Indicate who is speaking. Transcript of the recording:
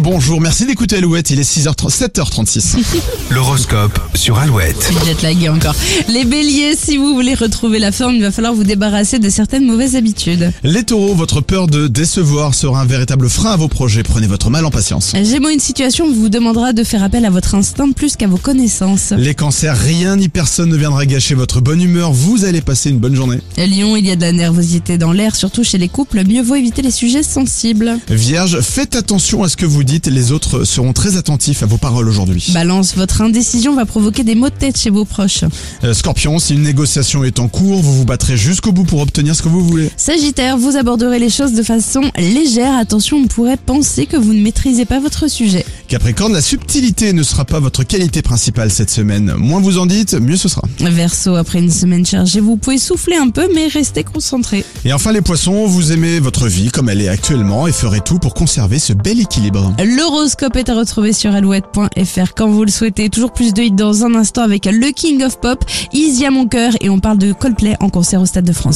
Speaker 1: bonjour, merci d'écouter Alouette, il est 6h30, 7h36.
Speaker 2: L'horoscope sur Alouette.
Speaker 3: Je jet lagué encore. Les béliers, si vous voulez retrouver la forme, il va falloir vous débarrasser de certaines mauvaises habitudes.
Speaker 1: Les taureaux, votre peur de décevoir sera un véritable frein à vos projets, prenez votre mal en patience.
Speaker 3: Gémeaux, une situation vous demandera de faire appel à votre instinct plus qu'à vos connaissances.
Speaker 1: Les cancers, rien ni personne ne viendra gâcher votre bonne humeur, vous allez passer une bonne journée.
Speaker 3: Lyon, il y a de la nervosité dans l'air, surtout chez les couples. Mieux vaut éviter les sujets sensibles.
Speaker 1: Vierge, faites attention à ce que vous dites, les autres seront très attentifs à vos paroles aujourd'hui.
Speaker 3: Balance, votre indécision va provoquer des maux de tête chez vos proches.
Speaker 1: Euh, Scorpion, si une négociation est en cours, vous vous battrez jusqu'au bout pour obtenir ce que vous voulez.
Speaker 3: Sagittaire, vous aborderez les choses de façon légère. Attention, on pourrait penser que vous ne maîtrisez pas votre sujet.
Speaker 1: Capricorne, la subtilité ne sera pas votre qualité principale cette semaine. Moins vous en dites, mieux ce sera.
Speaker 3: Verseau, après une semaine chargée, vous pouvez souffler un peu, mais restez concentré.
Speaker 1: Et enfin les poissons, vous aimez votre vie comme elle est actuellement et ferez tout pour conserver ce bel équilibre.
Speaker 3: L'horoscope est à retrouver sur alouette.fr quand vous le souhaitez. Toujours plus de hits dans un instant avec le King of Pop, Easy à mon cœur, et on parle de Coldplay en concert au Stade de France.